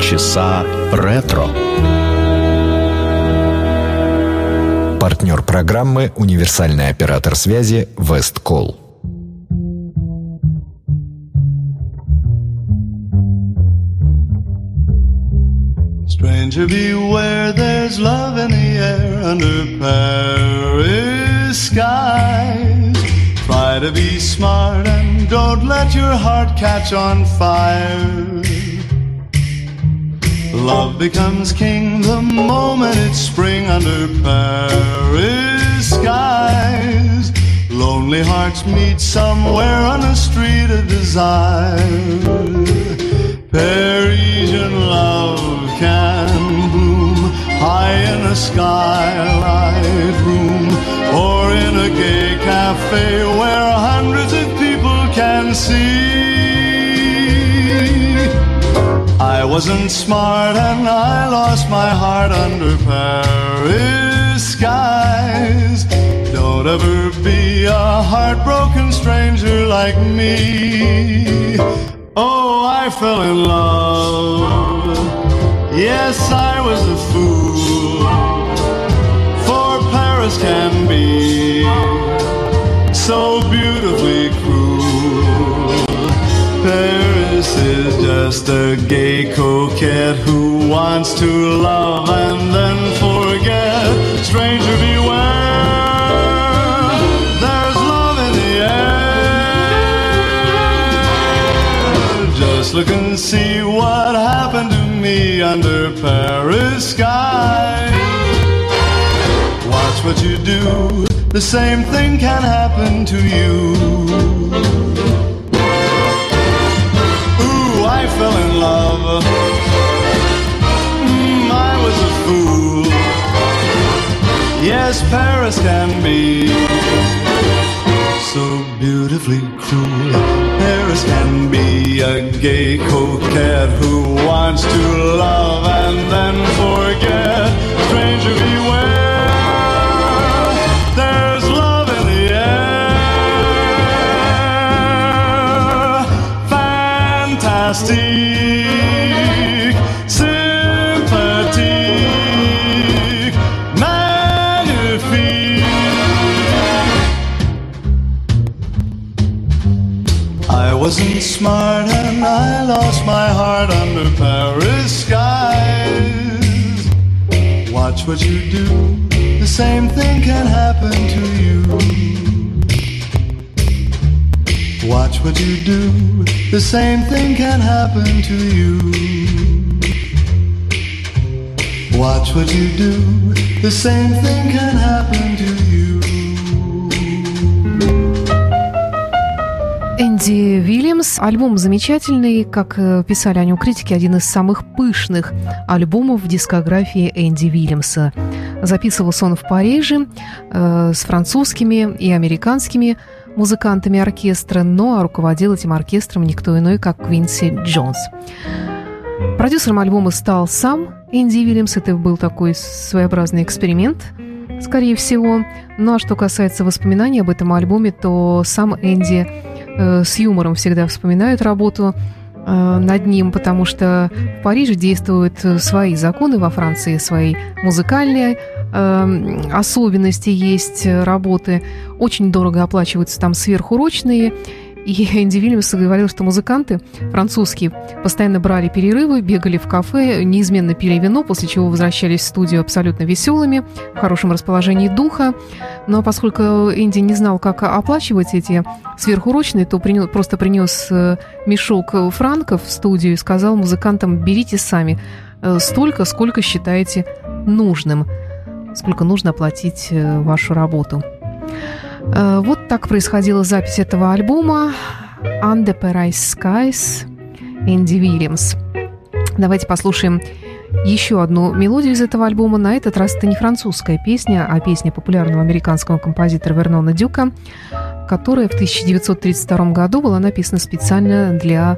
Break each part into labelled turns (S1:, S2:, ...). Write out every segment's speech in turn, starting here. S1: часа ретро.
S2: Партнер программы – универсальный оператор связи «Весткол».
S3: Stranger beware, there's love in the air under Paris skies. Try to be smart and don't let your heart catch on fire. Love becomes king the moment it's spring under Paris skies. Lonely hearts meet somewhere on a street of desire. Parisian love can bloom high in a skylight room or in a gay cafe where hundreds of people can see. I wasn't smart and I lost my heart under Paris skies. Don't ever be a heartbroken stranger like me. Oh, I fell in love. Yes, I was a fool. For Paris can be so beautifully cruel. Paris is just a gay coquette who wants to love and then forget. Stranger, beware. There's love in the air. Just look and see what happened to me under Paris skies. Watch what you do. The same thing can happen to you. Ooh, I fell in love. Mm, I was a fool. Yes, Paris can be so beautifully cruel. Paris can be a gay coquette who wants to love and then forget. Stranger, beware. There's love in the air. Fantastic. Sympathique. Magnifique. I wasn't smart and I lost my heart under Paris skies. Watch what you do, the same thing can happen to you. Watch what you do, the same thing can happen to you. Watch what you do, the same thing can happen to you.
S4: Энди Вильямс. Альбом замечательный, как э, писали о нем критики, один из самых пышных альбомов в дискографии Энди Вильямса. Записывался он в Париже э, с французскими и американскими музыкантами оркестра, но руководил этим оркестром никто иной, как Квинси Джонс. Продюсером альбома стал сам Энди Вильямс. Это был такой своеобразный эксперимент, скорее всего. Ну а что касается воспоминаний об этом альбоме, то сам Энди э, с юмором всегда вспоминают работу э, над ним, потому что в Париже действуют э, свои законы, во Франции свои музыкальные э, особенности есть э, работы. Очень дорого оплачиваются там сверхурочные. И Энди Вильямс говорил, что музыканты французские постоянно брали перерывы, бегали в кафе, неизменно пили вино, после чего возвращались в студию абсолютно веселыми, в хорошем расположении духа. Но поскольку Энди не знал, как оплачивать эти сверхурочные, то приня- просто принес э, мешок э, франков в студию и сказал музыкантам «берите сами э, столько, сколько считаете нужным, сколько нужно оплатить э, вашу работу». Э, Вот так происходила запись этого альбома «Under Paradise Skies» Энди Вильямс. Давайте послушаем еще одну мелодию из этого альбома. На этот раз это не французская песня, а песня популярного американского композитора Вернона Дюка, которая в 1932 году была написана специально для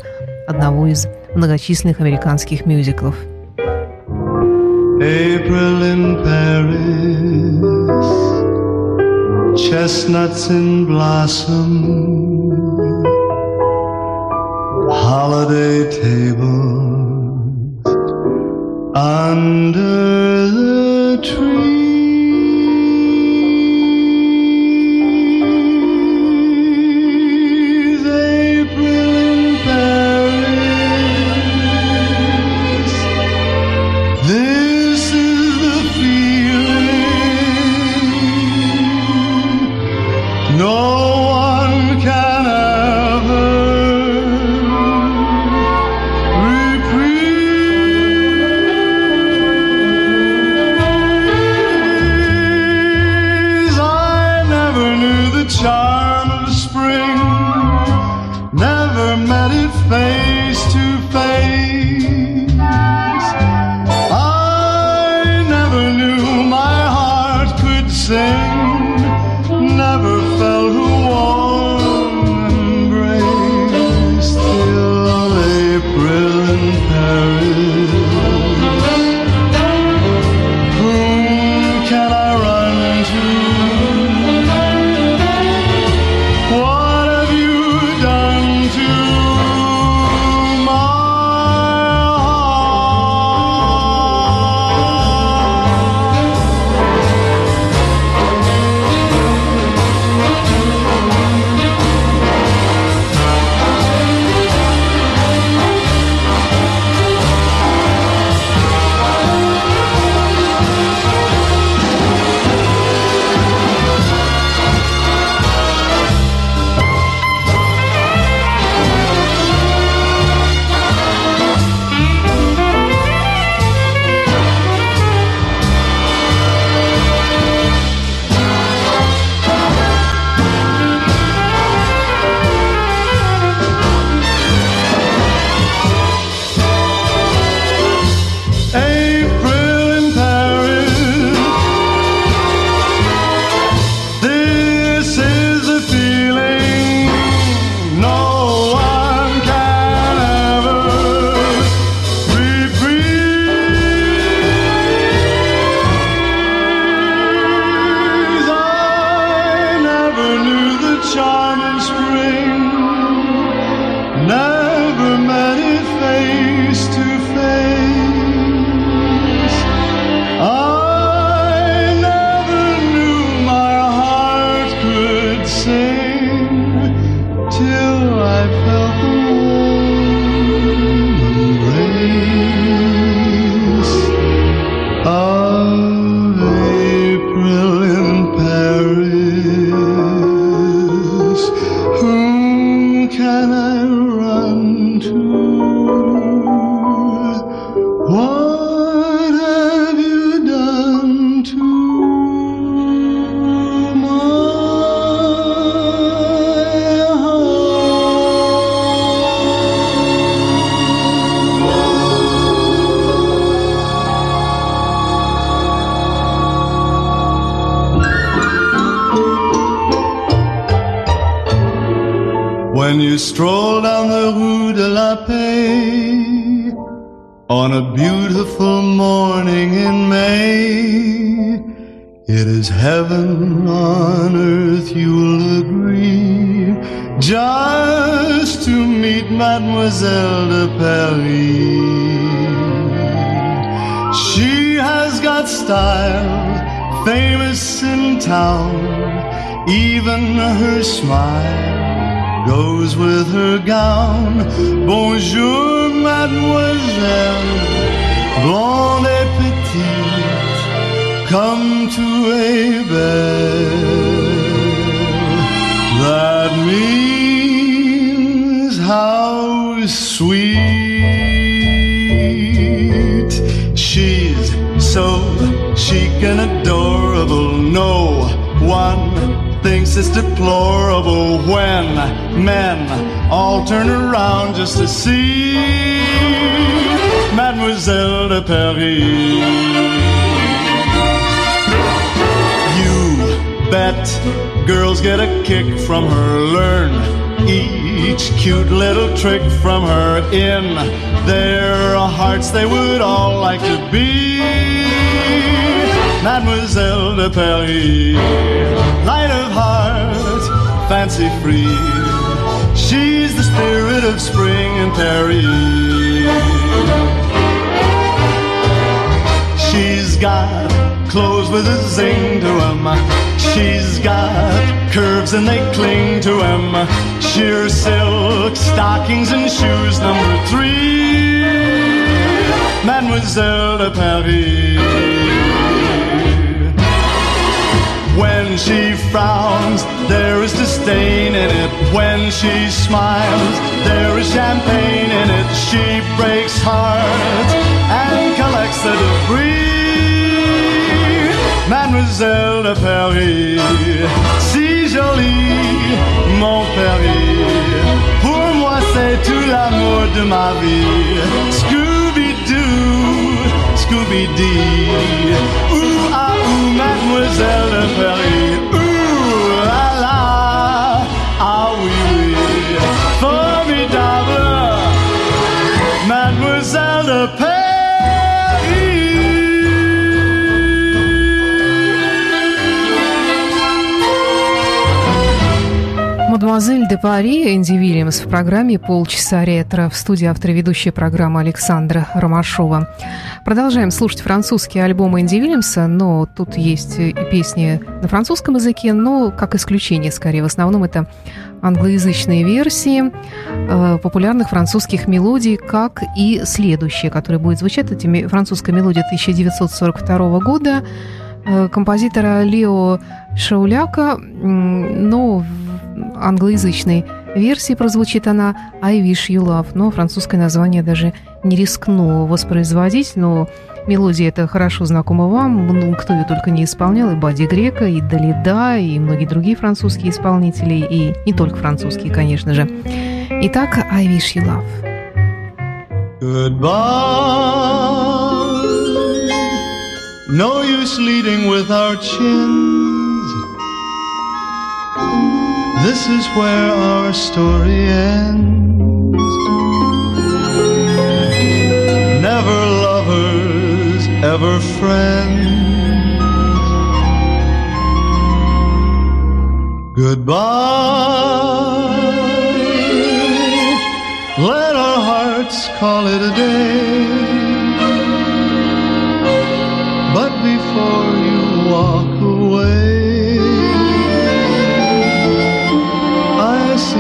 S4: одного из многочисленных американских мюзиклов.
S3: April in Paris, chestnuts in blossom, holiday tables when you stroll down the Rue de la Paix on a beautiful morning in May. It is heaven on earth, you'll agree, just to meet Mademoiselle de Paris. She has got style, famous in town, even her smile goes with her gown. Bonjour, Mademoiselle, blonde et petite come to a bell. That means how sweet she's so chic and adorable. No one thinks it's deplorable when men all turn around just to see Mademoiselle de Paris. bet girls get a kick from her learn each cute little trick from her in their hearts they would all like to be mademoiselle de paris light of heart fancy free she's the spirit of spring in paris she's got clothes with a zing to 'em. She's got curves and they cling to 'em. Sheer silk stockings and shoes number three. Mademoiselle de Paris. When she frowns, there is disdain in it. When she smiles, there is champagne in it. She breaks hearts and collects the debris. Mademoiselle de Paris, si jolie, mon Paris. Pour moi, c'est tout l'amour de ma vie. Scooby-Doo, Scooby-Dee. Ouh, ah, ouh, Mademoiselle de Paris. Ouh, la, la, ah, oui, oui. Formidable, Mademoiselle de Paris.
S4: «Мадемуазель де Пари» Энди Вильямс в программе «Полчаса ретро» в студии автора ведущая программы Александра Ромашова. Продолжаем слушать французские альбомы Энди Вильямса, но тут есть и песни на французском языке, но как исключение скорее. В основном это англоязычные версии э, популярных французских мелодий, как и следующая, которая будет звучать. Это французская мелодия 1942 года э, композитора Лео Шауляка, э, но англоязычной версии прозвучит она «I wish you love», но французское название даже не рискнуло воспроизводить, но мелодия эта хорошо знакома вам, ну, кто ее только не исполнял, и Бади Грека, и Далида, и многие другие французские исполнители, и не только французские, конечно же. Итак, «I wish you love».
S3: Goodbye. No use leading with our chins. This is where our story ends. Never lovers, ever friends. Goodbye. Let our hearts call it a day. But before you walk away.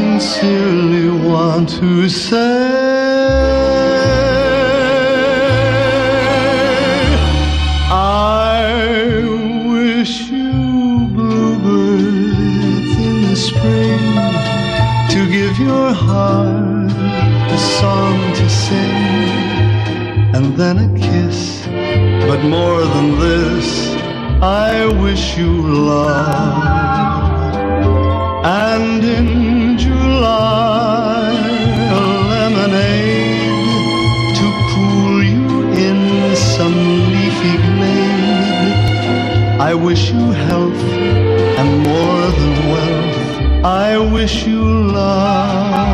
S3: sincerely want to say I wish you bluebirds in the spring to give your heart a song to sing and then a kiss but more than this I wish you love and in July a lemonade to cool you in some leafy glade. I wish you health and more than wealth. I wish you love.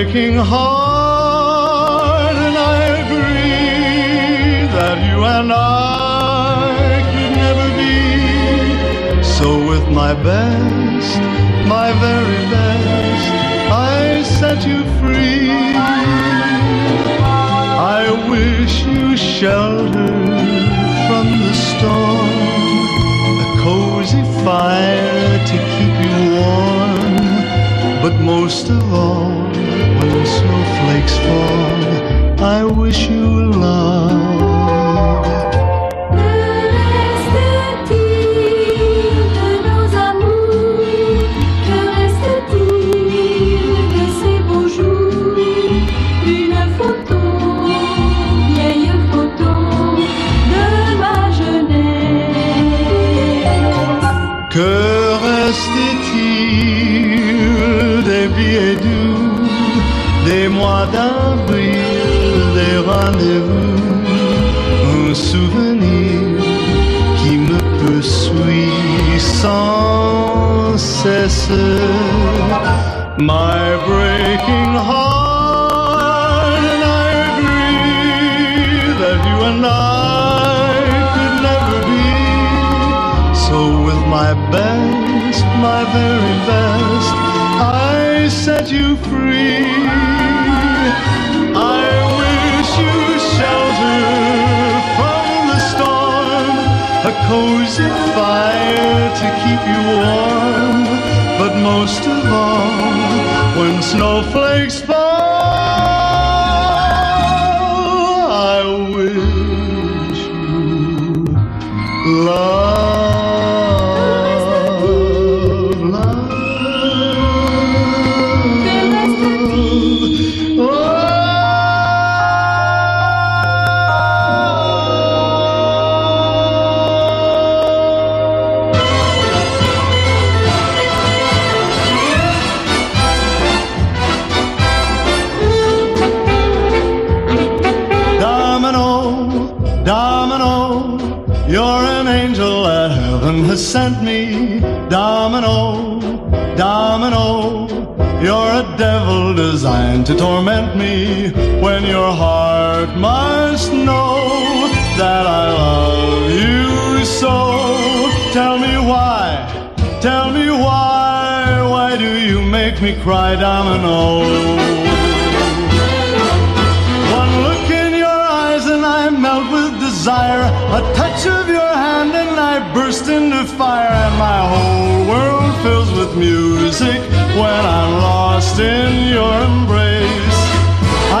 S3: aching heart, and I agree that you and I could never be. So, with my best, my very best, I set you free. I wish you shelter from the storm a cozy fire to keep you warm. But most of all, when the snowflakes fall, I wish you love.
S5: reste-t-il de nos amours Que reste-t-il de ces beaux jours Une photo, vieille photo de ma jeunesse.
S3: Que reste-t-il des billets doux, des mois d'avril, des rendez-vous, un souvenir qui me poursuit sans cesse? My breaking heart, and I agree that you and I could never be. So, with my best, my very best, I set you free. I wish you shelter from the storm, a cozy fire to keep you warm. But most of all, when snowflakes fall, I wish you love, love.
S5: Que reste-t-il
S3: Oh. Domino, Domino, you're an angel that heaven has sent me. Domino, Domino, you're a devil designed to torment me. When your heart must know that I love you so, tell me why, tell me why, why do you make me cry, Domino? One look in your eyes and I melt with desire. A touch of your hand and I burst into fire. And my whole world fills with music when I'm lost in your embrace.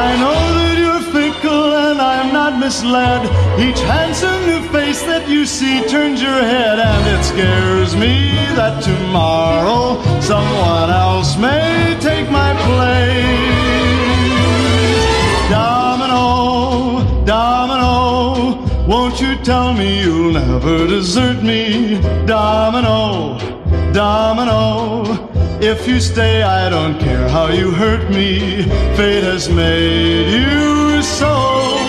S3: I know that you're fickle and I'm not misled. Each handsome new face that you see turns your head. And it scares me that tomorrow someone else may take my place. Domino, Domino, won't you tell me you'll never desert me? Domino, Domino, if you stay, I don't care how you hurt me. Fate has made you so.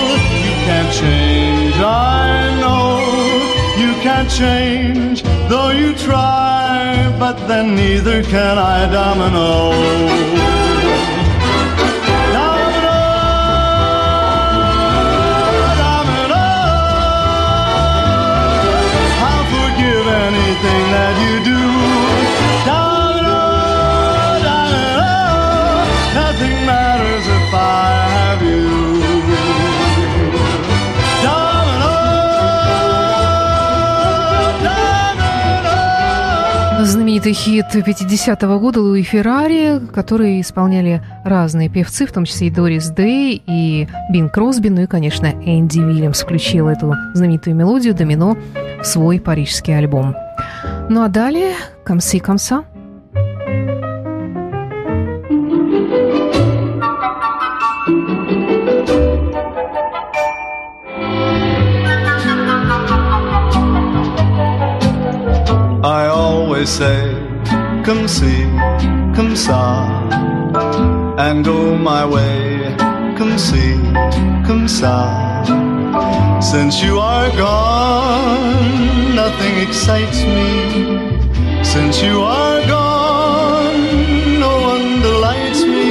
S3: You can't change, I know. You can't change, though you try, but then neither can I, Domino. Domino, domino. I'll forgive anything that you do. Domino, domino. Nothing matters if I have you. Domino, domino.
S4: Знаменитый хит 50-го года Луи Феррари, который исполняли разные певцы, в том числе и Дорис Дэй, и Бин Кросби, ну и, конечно, Энди Вильямс включил эту знаменитую мелодию «Домино» в свой парижский альбом. Ну а далее «Камси Камса».
S3: I always say, come see, come sa, and go my way, come see, come sa. Since you are gone, nothing excites me. Since you are gone, no one delights me.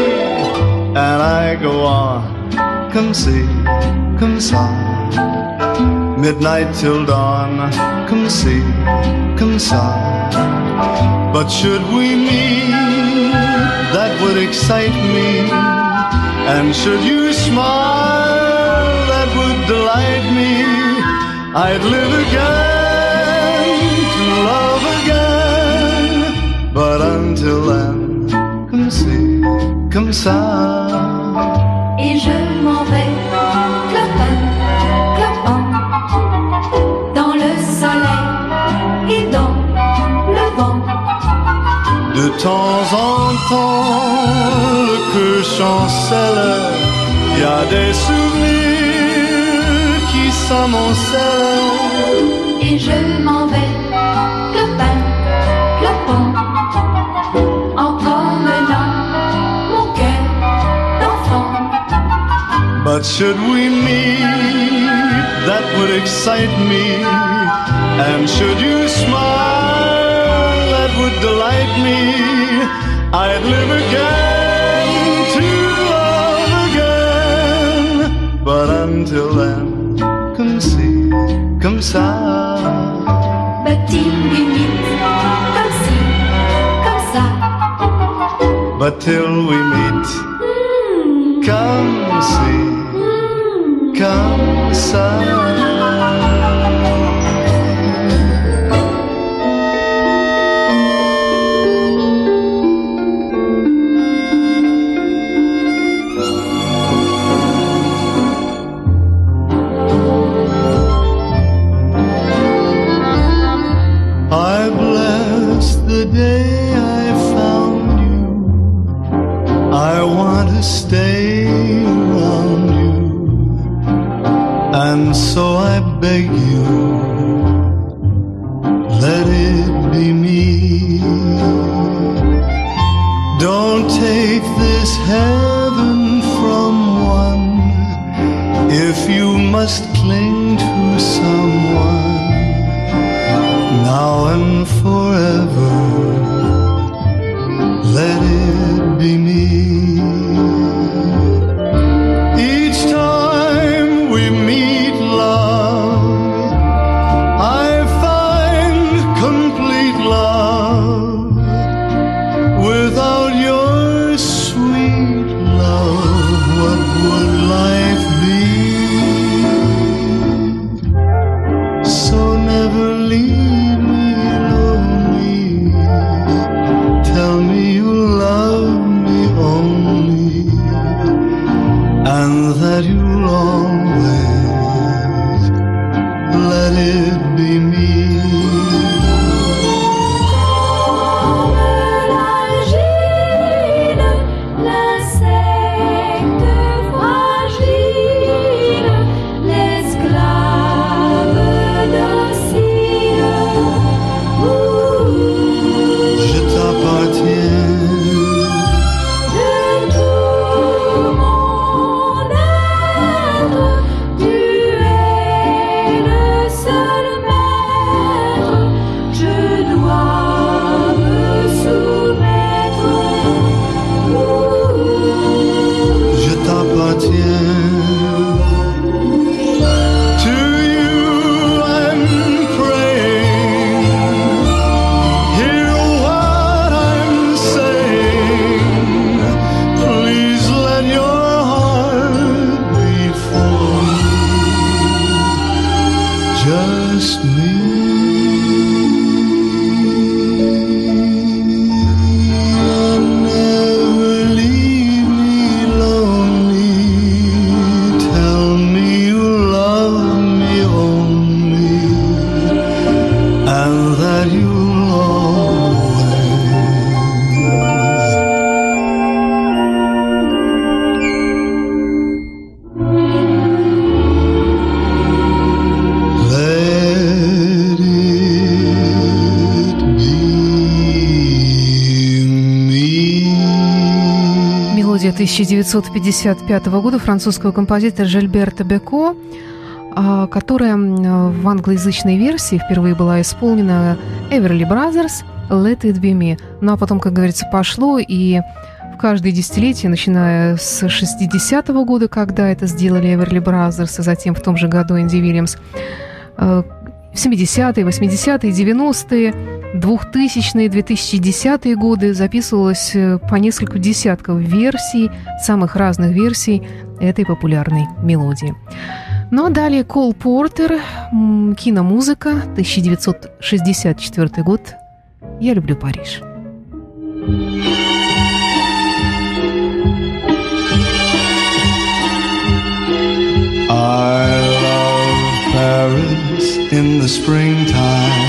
S3: I go on. Come see, come saw. Midnight till dawn, come see, come saw. But should we meet, that would excite me. And should you smile, that would delight me. I'd live again, to love again. But until then, come see, come sigh.
S5: Et je m'en vais, clopin, clopin, dans le soleil et dans le vent.
S3: De temps en temps, le cœur chancelle. Y a des souvenirs qui s'amoncellent.
S5: Et je m'en vais, clopin, clopin, en promenant mon cœur d'enfant.
S3: But should we meet, that would excite me. And should you smile, that would delight me. I'd live again to love again. But until then, come see, come sigh.
S5: Petite limite, comme ci, comme ça.
S3: But till we meet,
S5: Mmh,
S3: come see, come sigh. I bless the day I found you. I want to stay around you. And so I beg you, let it be me. Don't take this heaven from one if you must cling to someone now and forever. Let it be me. Each time we meet, love, I find complete love without your sweet love. What would life be? So never leave me lonely. Tell me you love me only, and that you'll always let it be me.
S5: Fragile, l'insecte fragile, l'esclave docile. Ouh,
S3: Je t'appartiens.
S5: de tout mon être, tu es le seul maître. Je dois me soumettre.
S3: je t'appartiens. To you I'm praying. Hear what I'm saying. Please let your heart beat for me. Just me. Never leave me lonely. Tell me you love me only, and that you'll always let it be me.
S4: Мелодия 1955 года французского композитора Жильберта Беко, а, которая м, в англоязычной версии впервые была исполнена Эверли Бразерс «Let It Be Me». Ну а потом, как говорится, пошло, и в каждое десятилетие, начиная с 60-го года, когда это сделали Эверли Бразерс, и затем в том же году Энди Вильямс, э, в 70-е, 80-е, 90-е, 2000-е, 2010-е годы записывалось э, по несколько десятков версий, самых разных версий этой популярной мелодии. Ну а далее Кол Портер, м, киномузыка, 1964 год. Я люблю Париж.
S3: I love Paris in the springtime.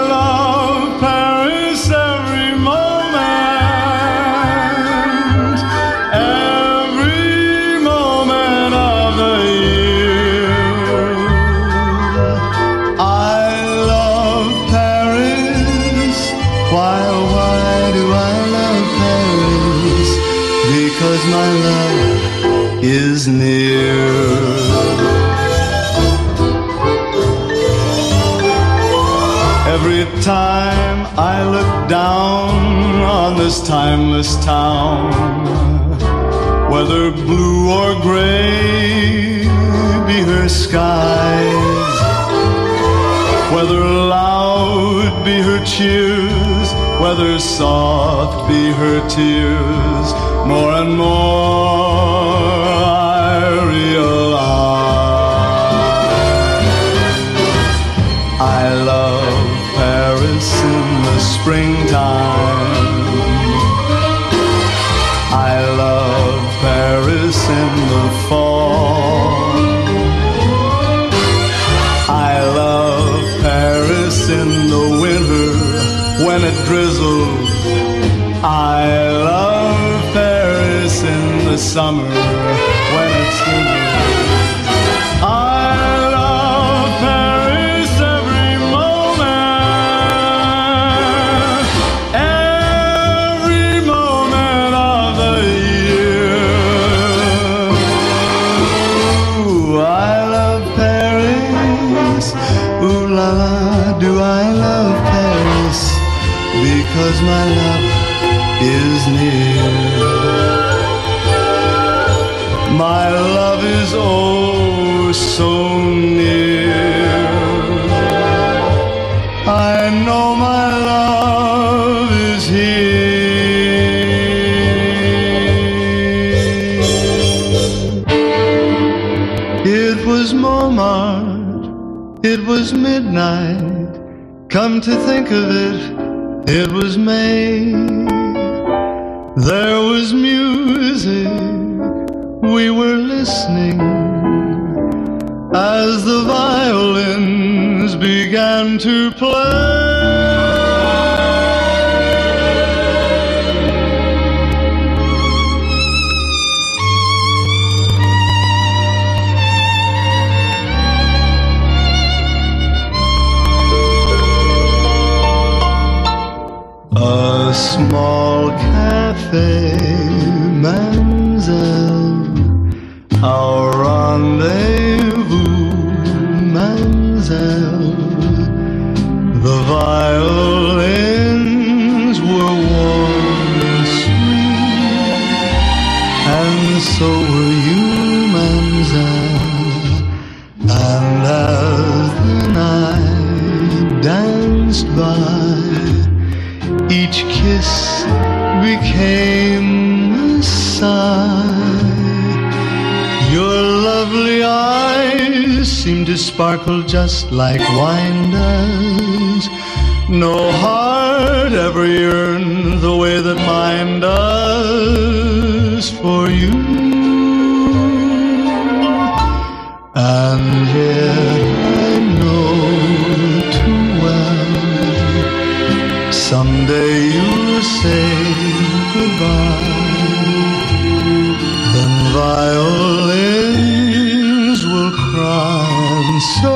S3: love Paris every moment, every moment of the year. I love Paris. Why, oh, why do I love Paris? Because my love is near. Every time I look down on this timeless town, whether blue or gray be her skies, whether loud be her cheers, whether soft be her tears, more and more I realize. I love Paris in the springtime. I love Paris in the fall. I love Paris in the winter when it drizzles. I love Paris in the summer when it's winter. I love Paris every moment, every moment of the year. Ooh, I love Paris. Ooh la la, do I love Paris? Because my love is near. My love is oh so near. I know my love is here. It was Montmartre, it was midnight. Come to think of it, it was May. There was music we were listening as the violins began to play. A small cafe, mademoiselle. Our rendezvous, mademoiselle. The violins were warm and sweet, and so were you, mademoiselle. And as the night danced by, each kiss became a sigh. Your lovely eyes seemed to sparkle just like wine does. No heart ever yearned the way that mine does for you. And yet I know too well Someday you'll say goodbye. Then violins will cry, and so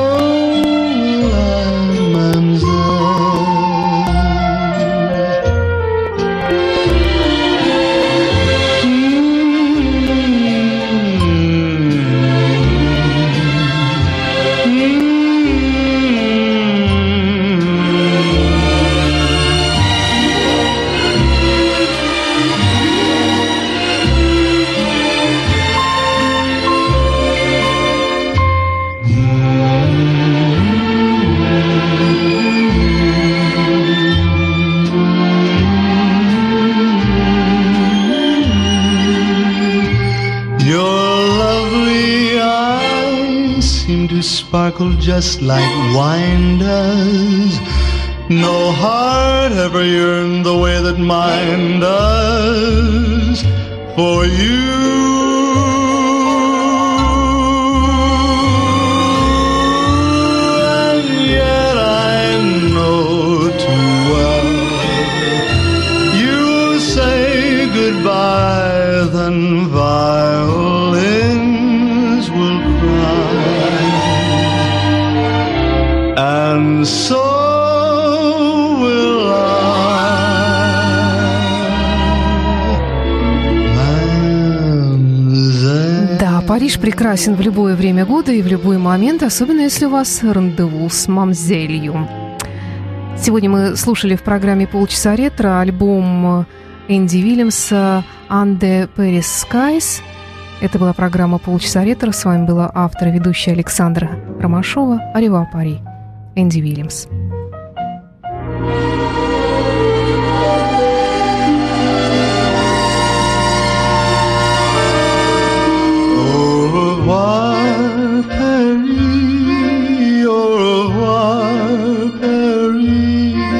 S3: seem to sparkle just like wine does. No heart ever yearned the way that mine does for you. And yet I know too well you say goodbye, then violins will cry, and so will I. Mademoiselle.
S4: Да, Париж прекрасен в любое время года и в любой момент, особенно если у вас рандеву с мамзелью. Сегодня мы слушали в программе «Полчаса ретро» альбом Энди Вильямса «Анде Перес Скайс». Это была программа «Полчаса ретро». С вами была автор и ведущая Александра Ромашова, Арева Пари, Энди Вильямс.
S3: Au revoir, Paris. Au revoir, Paris.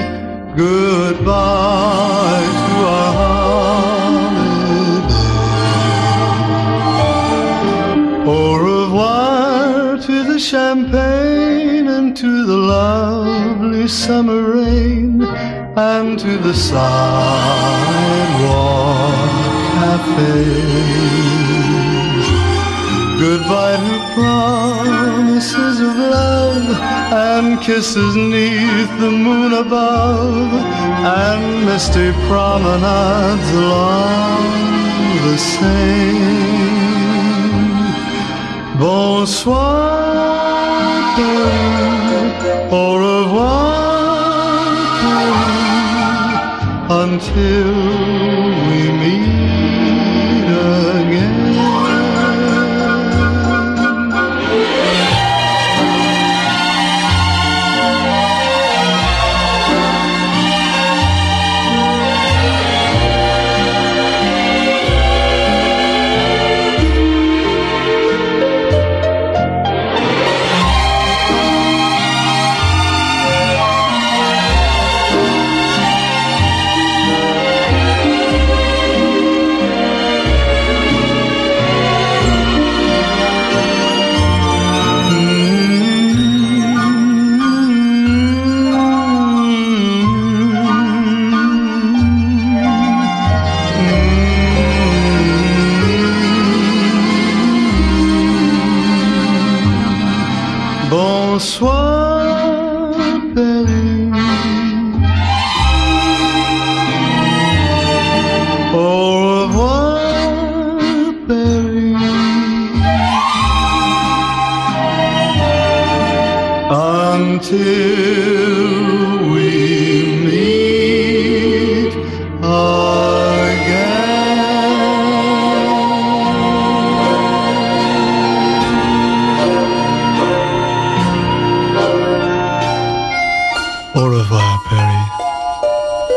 S3: Goodbye to our holiday. Au revoir to the champagne and to the lovely summer rain and to the sidewalk cafes. Goodbye to promises of love and kisses 'neath the moon above and misty promenades along the Seine. Bonsoir, Paris. Au revoir, Paris until we meet again. Bonsoir, Paris. Au revoir, Paris. Until we meet again. Au revoir, Paris.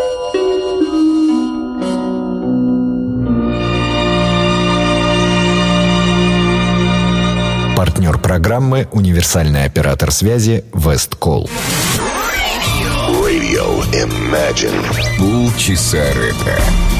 S2: Партнер программы «Универсальный оператор связи Весткол».
S6: Полчаса ретро.